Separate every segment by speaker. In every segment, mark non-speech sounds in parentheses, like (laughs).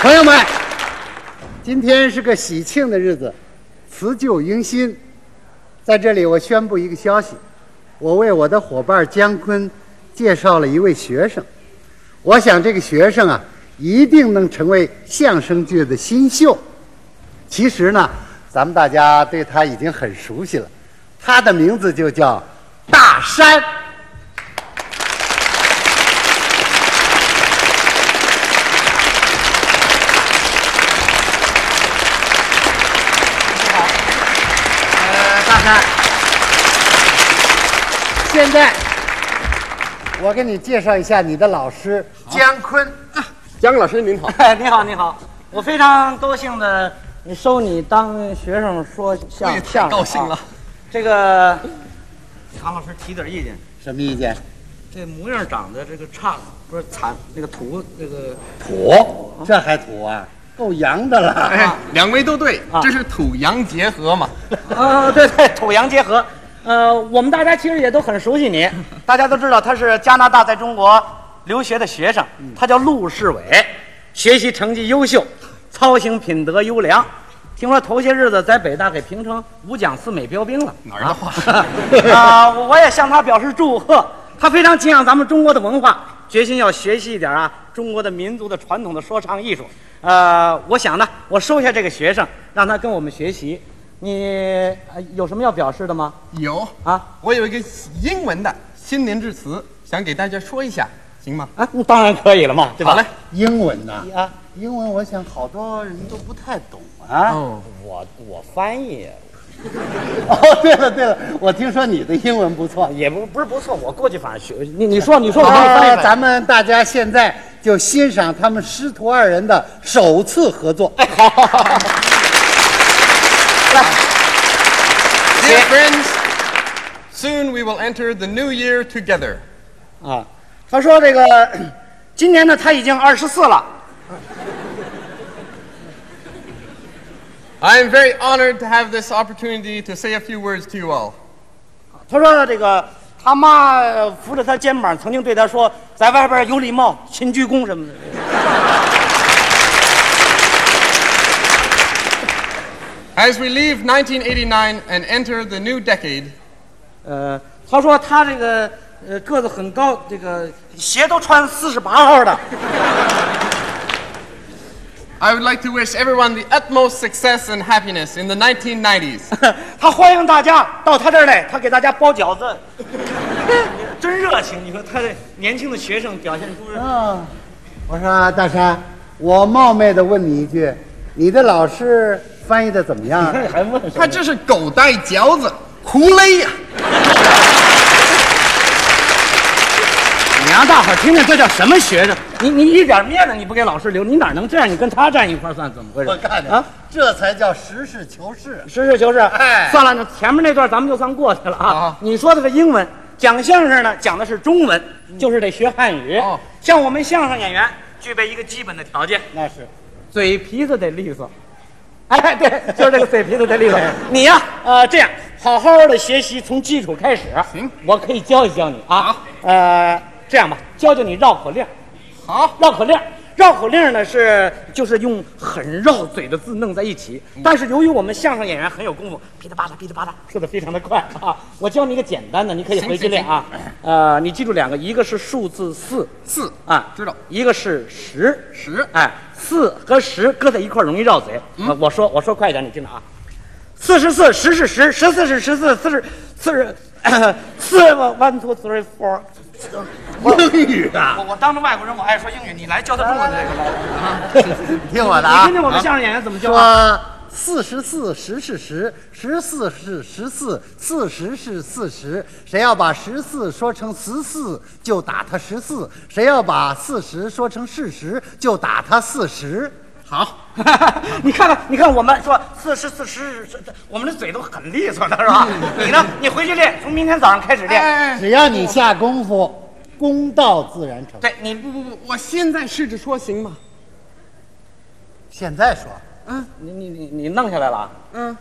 Speaker 1: 朋友们，今天是个喜庆的日子，辞旧迎新。在这里，我宣布一个消息：我为我的伙伴姜昆介绍了一位学生。我想这个学生啊，一定能成为相声界的新秀。其实呢，咱们大家对他已经很熟悉了，他的名字就叫大山。呃，大山，现在我给你介绍一下你的老师姜昆。
Speaker 2: 姜老师您好，
Speaker 3: (laughs) 哎，你好，你好，我非常高兴的收你当学生说相
Speaker 2: 哎
Speaker 3: 相
Speaker 2: 太
Speaker 3: 声、啊
Speaker 2: 高兴了。。
Speaker 3: 这个，常老师提点意见，
Speaker 1: 什么意见？
Speaker 3: 这模样长得这个差，不是惨，那个土那个
Speaker 2: 土，
Speaker 1: 这还土啊，够洋的了。
Speaker 2: (laughs) 哎，两位都对
Speaker 3: 啊，
Speaker 2: 这是土洋结合嘛。 (laughs)
Speaker 3: 啊，对对，土洋结合。呃，我们大家其实也都很熟悉
Speaker 2: (laughs)
Speaker 3: 你，大家都知道他是加拿大在中国留学的学生，
Speaker 2: 嗯
Speaker 3: 他叫陆世伟，学习成绩优秀，操行品德优良。听说头些日子在北大给评成五讲四美标兵了，
Speaker 2: 哪儿的话？
Speaker 3: (laughs) 啊，我也向他表示祝贺。他非常敬仰咱们中国的文化，决心要学习一点啊中国的民族的传统的说唱艺术。呃，我想呢，我收下这个学生，让他跟我们学习。你、呃有什么要表示的吗？
Speaker 2: 有 (laughs)
Speaker 3: 啊，
Speaker 2: 我有一个英文的新年致辞，想给大家说一下，行吗？
Speaker 3: 啊，那当然可以了嘛，对吧？
Speaker 2: 好嘞，
Speaker 1: 英文呐、
Speaker 3: 啊，
Speaker 1: 英文我想好多人都不太懂啊。
Speaker 2: 哦，
Speaker 3: 我我翻译
Speaker 1: 哦，对了对了，我听说你的英文不错。
Speaker 3: 也不不是不错，我过去反正学你你说你说我
Speaker 1: 好
Speaker 3: 帮你翻译翻译
Speaker 1: 啊咱们大家现在就欣赏他们师徒二人的首次合作。
Speaker 2: Dear friends, soon we will enter the new year together.
Speaker 3: 啊，他说这个 (coughs) 今年呢他已经二十四了，
Speaker 2: I am very honored to have this opportunity to say a few words to you all.
Speaker 3: 他说这个他妈呃扶着他肩膀，曾经对他说，在外边有礼貌，勤鞠躬什么的。
Speaker 2: As we leave 1989 and enter the new decade,
Speaker 3: 呃，他说他这个呃个子很高，这个鞋都穿四十八号的。
Speaker 2: I would like to wish everyone the utmost success and happiness in the 1990s.
Speaker 3: (laughs) 他欢迎大家到他这儿来，他给大家包饺子， (laughs) 真热情。你说他这年轻的学生表现出是
Speaker 1: 啊，我说、啊、大山，我冒昧的问你一句，你的老师翻译的怎么样啊？
Speaker 3: 还问什
Speaker 2: (laughs) 他这是狗带嚼子，胡勒呀、
Speaker 3: 你让大伙儿听听这叫什么学生？你你一点面子你不给老师留，你哪能这样？你跟他站一块儿算怎么回事？
Speaker 1: (laughs) 我看
Speaker 3: 啊
Speaker 1: 啊，，这才叫实事求是。
Speaker 3: 实事求是。
Speaker 1: 哎
Speaker 3: 算了，那前面那段咱们就算过去了啊。
Speaker 2: 啊
Speaker 3: 你说的是英文，讲相声呢讲的是中文，就是得学汉语。
Speaker 2: 哦
Speaker 3: 像我们相声演员具备一个基本的条件，
Speaker 1: 那是，
Speaker 3: 嘴皮子得利索。哎，对，就是这个嘴皮子得利索。 (laughs) 你呀、呃，这样好好的学习，从基础开始。
Speaker 2: 行，
Speaker 3: 我可以教一教你啊
Speaker 2: 好。
Speaker 3: 呃，这样吧，教教你绕口令。
Speaker 2: 好，
Speaker 3: 绕口令儿，绕口令儿呢是就是用很绕嘴的字弄在一起，但是由于我们相声演员很有功夫，噼里啪啦噼里啪啦说的非常的快啊。我教你一个简单的，你可以
Speaker 2: 行
Speaker 3: 回去
Speaker 2: 行
Speaker 3: 练啊。呃，你记住两个，一个是数字四
Speaker 2: 四
Speaker 3: 啊，
Speaker 2: 知道
Speaker 3: 一个是十嗯
Speaker 2: 十
Speaker 3: 哎，四和十搁在一块儿容易绕嘴。呃我我说我说快一点，你听着啊。四十四，十是十，十四是十四，四十四是 (coughs) 四 one two three four。
Speaker 1: 英语啊，
Speaker 3: 我我当着外国人，我爱说英语，你来教他中文这个。
Speaker 1: 听我的
Speaker 3: 你
Speaker 1: 啊
Speaker 3: 听。听我们相声演员怎么教啊？
Speaker 1: 说四十四十是十，十四是十四，四十是四十。谁要把十四说成十四，就打他十四；谁要把四十说成事实，就打他四十。
Speaker 2: 好，
Speaker 3: (laughs) 你看看，你看我们说四十四十，我们的嘴都很利索的是吧？你呢？你回去练，从明天早上开始练。
Speaker 2: 哎，
Speaker 1: 只要你下功夫，公道自然成。
Speaker 3: 对你
Speaker 2: 不不不，我现在试着说行吗？
Speaker 1: 现在说，
Speaker 2: 嗯
Speaker 3: 你你你你弄下来了啊？
Speaker 2: 嗯，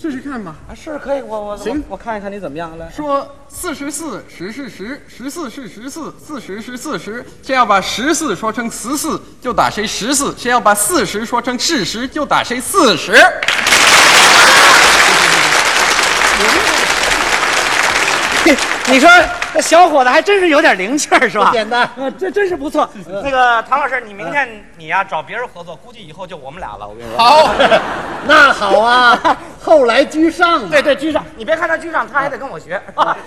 Speaker 2: 试试看吧。
Speaker 3: 啊，是可以，我我
Speaker 2: 行
Speaker 3: 我，我看一看你怎么样来。
Speaker 2: 说四十四，十是十，十四是十四，四十是四十。谁要把十四说成十四，就打谁十四；谁要把四十说成事实，就打谁四十。
Speaker 3: 你说这小伙子还真是有点嗯灵气儿，是吧？
Speaker 1: 不简单
Speaker 3: 呃，这真是不错。那个唐老师，你明天你呀找别人合作，估计以后就我们俩了。我跟你说，
Speaker 2: 好，
Speaker 1: 那好 (laughs) 啊，后来居上啊，
Speaker 3: 对对，居上，你别看他居上，他还得跟我学，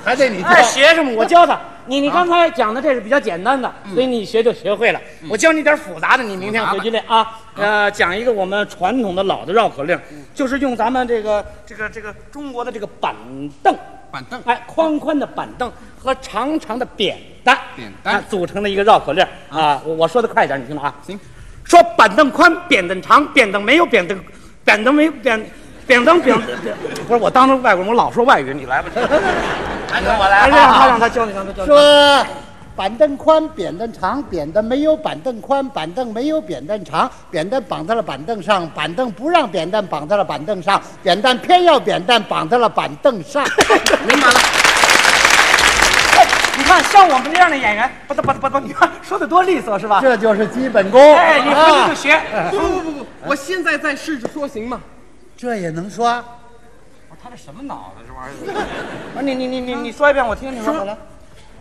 Speaker 1: 还得你教
Speaker 3: 哎，啊学什么？我教他。你你刚才讲的这是比较简单的，所以你学就学会了。我教你点嗯复杂的，你明天回去练啊。嗯呃，讲一个我们传统的老的绕口令，就是用咱们这个这个这个中国的这个板凳，
Speaker 2: 板凳
Speaker 3: 哎，宽宽的板凳和长长的扁担，
Speaker 2: 扁担
Speaker 3: 啊组成的一个绕口令啊。我我说的快一点，你听着啊。
Speaker 2: 行，
Speaker 3: 说板凳宽，扁担长，扁担没有扁担，扁担没有扁，扁担扁，不是我当着外国人，我老说外语，你来吧，
Speaker 2: 来跟我
Speaker 3: 还是让他让他教你，让他教你。
Speaker 1: 说板凳宽，扁担长，扁担没有板凳宽，板凳没有扁担长，扁担绑在了板凳上，板凳不让扁担绑在了板凳上，扁担偏要扁担绑在了板凳上。
Speaker 2: 明白了。
Speaker 3: 你看像我们这样的演员，不不不不，你看说的多利索是吧？
Speaker 1: (laughs) 这就是基本功。
Speaker 3: 哎，你回去就
Speaker 1: 啊，
Speaker 3: 学。
Speaker 2: 不不不不，我现在再试着说行吗？
Speaker 1: 这也能说。
Speaker 3: 我他这什么脑子这玩意儿？不是你你你你你说一遍我听听。
Speaker 2: 说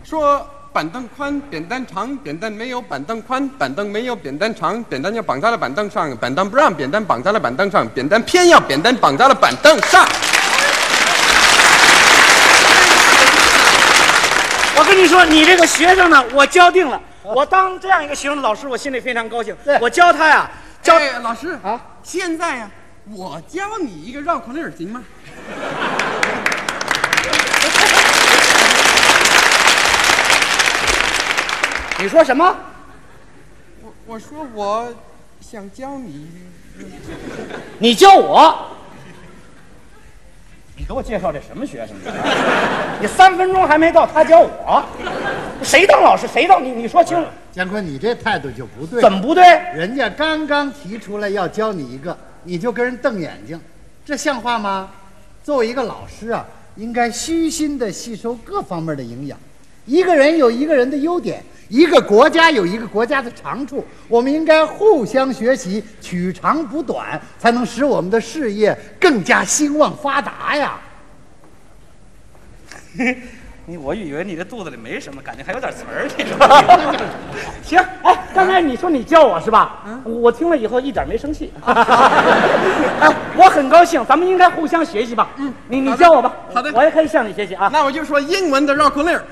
Speaker 2: 说板凳宽，扁担长，扁担没有板凳宽，板凳没有扁担长，扁担要绑在了板凳上，板凳不让扁担绑在了板凳上，扁担偏要扁担绑在了板凳上。
Speaker 3: 我跟你说，你这个学生呢，我教定了。我当这样一个学生的老师，我心里非常高兴。我教他呀，教
Speaker 2: 哎，老师啊，现在呀、我教你一个绕口令儿，行吗？
Speaker 3: 你说什么？
Speaker 2: 我我说我想教你，
Speaker 3: 你教我。你给我介绍这什么学生？啊你三分钟还没到，他教我，谁当老师谁当你？你说清楚
Speaker 1: 姜昆，你这态度就不对。
Speaker 3: 怎么不对？
Speaker 1: 人家刚刚提出来要教你一个，你就跟人瞪眼睛，这像话吗？作为一个老师啊，应该虚心地吸收各方面的营养。一个人有一个人的优点，一个国家有一个国家的长处，我们应该互相学习，取长补短，才能使我们的事业更加兴旺发达呀。
Speaker 3: 你我以为你这肚子里没什么，感觉还有点词儿，你说？行，哎，刚才你说你叫我是吧？嗯，我听了以后一点没生气，哎，我很高兴，咱们应该互相学习吧。嗯，你你
Speaker 2: 好的
Speaker 3: 教我吧，
Speaker 2: 好的
Speaker 3: 我也可以向你学习啊。
Speaker 2: 那我就说英文的绕
Speaker 3: (laughs)
Speaker 2: 口令儿。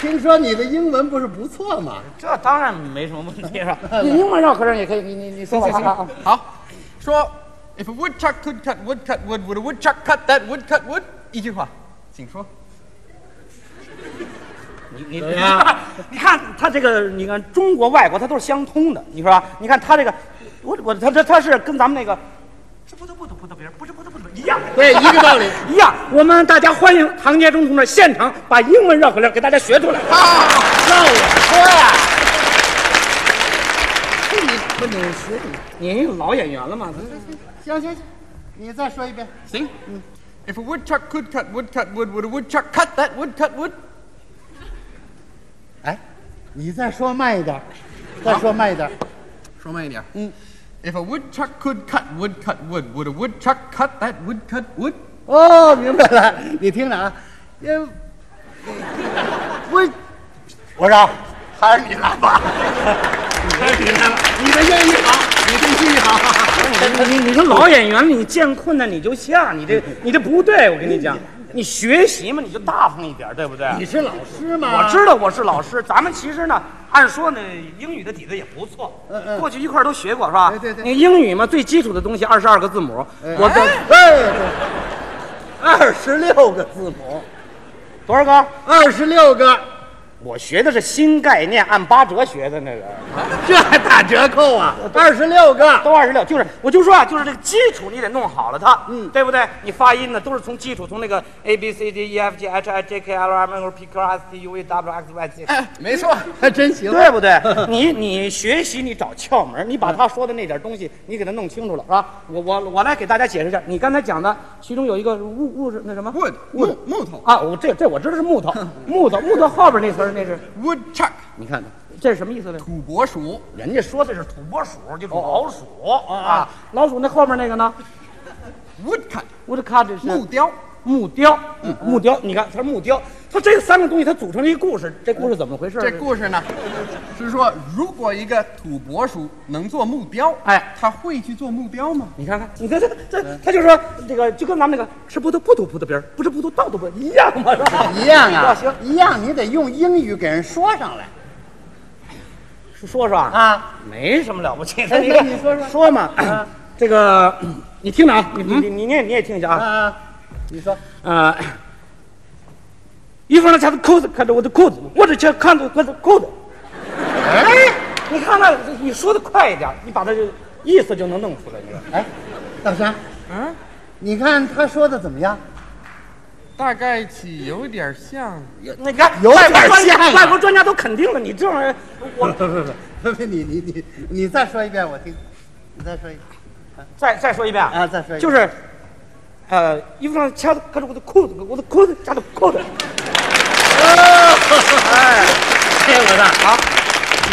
Speaker 1: 听说你的英文不是不错吗？
Speaker 3: 这当然没什么问题，是吧？ (laughs) 你英文绕口令也可以，你你你说吧。啊啊
Speaker 2: (laughs) 好，说 If a woodchuck could cut wood, cut wood, would a woodchuck cut that wood, cut wood？一句话，请说。
Speaker 3: 你你你看， (laughs) 你看他这个，你看中国外国它都是相通的，你说吧？你看他这个，我我他他他是跟咱们那个，这不得不得不得别人不是不得不得一样。
Speaker 1: 对，一个道理。
Speaker 3: (laughs) 一样，我们大家欢迎唐杰忠同志现场把英文绕口令给大家学出来。
Speaker 1: 那我说呀，这你不能学你。
Speaker 3: 您老演员了嘛？
Speaker 1: 行行行，你再说一遍。
Speaker 2: 行。If a woodchuck could cut wood, cut wood, would a woodchuck cut that wood, cut wood？
Speaker 1: 哎，你再说慢一点，再说慢一点。
Speaker 2: 说慢一点。嗯。If Mm. a woodchuck could cut wood, cut wood, would a woodchuck cut that wood, cut wood？
Speaker 1: 哦，明白了，你听着啊，因为我我说还是你来吧，还是你来吧，你的英语好，你的英语好。
Speaker 3: 你你这老演员，你见困难你就下，你这你这不对，我跟你讲，你学习嘛，你就大方一点，对不对？
Speaker 1: 你是老师吗？
Speaker 3: 我知道我是老师，咱们其实呢，按说呢，英语的底子也不错，过去一块儿都学过，是吧？
Speaker 1: 嗯对对对
Speaker 3: 你英语嘛，最基础的东西二十二个字母，我的
Speaker 1: 哎，二十六个字母，
Speaker 3: 多少个？
Speaker 1: 二十六个，
Speaker 3: 我学的是新概念，按八折学的那个，
Speaker 4: 这还打折扣啊？
Speaker 1: 二十六个，
Speaker 3: 都二十六，就是我就说啊，就是这个基础你得弄好了它，嗯，对不对？你发音呢都是从基础，从那个 A B C D E F G H I J K L M N O P Q R S T U V W X Y Z，
Speaker 4: 哎，没错，
Speaker 1: 还真行。
Speaker 3: 对不对？你你学习你找窍门儿，你把他说的那点东西你给他弄清楚了，是吧？我我我来给大家解释一下，你刚才讲的其中有一个物物是那什么
Speaker 2: Wood
Speaker 3: 物
Speaker 2: 木木头
Speaker 3: 啊，我这这我知道是 (laughs) 木头，木头木头后边那词儿那是
Speaker 2: woodchuck
Speaker 1: 你看看，
Speaker 3: 这是什么意思呢？哦
Speaker 2: 土拨鼠，
Speaker 3: 人家说的是土拨鼠，就是老鼠、啊，老鼠那后边那个呢？
Speaker 2: woodcut
Speaker 3: 我这看这是
Speaker 2: 木雕，
Speaker 3: 木雕，嗯，木雕，你看它是木雕，它这三个东西它组成了一个故事，这故事怎么回事？
Speaker 2: 这故事呢，是说如果一个土拨鼠能做木雕，
Speaker 3: 哎，
Speaker 2: 他会去做木雕吗？
Speaker 3: 你看看，你看这这，他就说这个就跟咱们那个吃葡萄不吐葡萄皮儿，不吃葡萄倒吐葡萄一样嘛，是吧？
Speaker 1: 一样
Speaker 3: 这造
Speaker 1: 啊
Speaker 3: 型，
Speaker 1: 一样，你得用英语给人说上来
Speaker 3: 说说啊，
Speaker 1: 啊。
Speaker 3: 没什么了不起的，
Speaker 1: 哎
Speaker 3: 你
Speaker 1: 那你说说
Speaker 3: 说嘛，这个你听着啊，你你你你也你也听一下啊，
Speaker 1: 啊，你说
Speaker 3: 呃，一会儿呢，他的裤子看着我的裤子，我的车看着我的裤子，哎，你看看，你说的快一点，你把它这意思就能弄出来，你说。
Speaker 1: 大山，啊
Speaker 2: 嗯，
Speaker 1: 哎你看他说的怎么样？
Speaker 2: 大概起有点像
Speaker 3: 你看，
Speaker 1: 有
Speaker 3: 外国
Speaker 1: 点
Speaker 3: 专
Speaker 1: 像
Speaker 3: 家，
Speaker 1: 啊嗯
Speaker 3: 外国专家都肯定了，你这玩意儿，我
Speaker 1: 不不不，不 (laughs) 你你你你再说一遍我听，你再说一遍。
Speaker 3: 再再说一遍
Speaker 1: 啊再说一遍
Speaker 3: 就是，呃，衣服上掐的，可是我的裤子，我的裤子夹的裤子，
Speaker 1: 这我的好，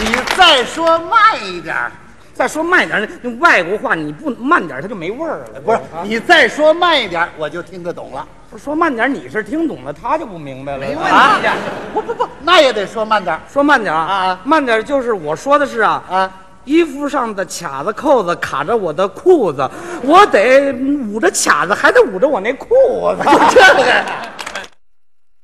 Speaker 1: 你再说慢一点儿，
Speaker 3: 再说慢点儿，那那外国话你不慢点儿，它就没味儿了。
Speaker 1: 不是你再说慢一点儿，我就听得懂了。
Speaker 3: 不是说慢点儿，你是听懂了，他就不明白了。没
Speaker 1: 问题
Speaker 3: 不不不，
Speaker 1: 那也得说慢点儿
Speaker 3: 说慢点儿啊
Speaker 1: 啊啊
Speaker 3: 慢点儿就是我说的是啊
Speaker 1: 啊。
Speaker 3: 衣服上的卡子扣子卡着我的裤子，我得捂着卡子，还得捂着我那裤子。 (laughs)
Speaker 1: 这个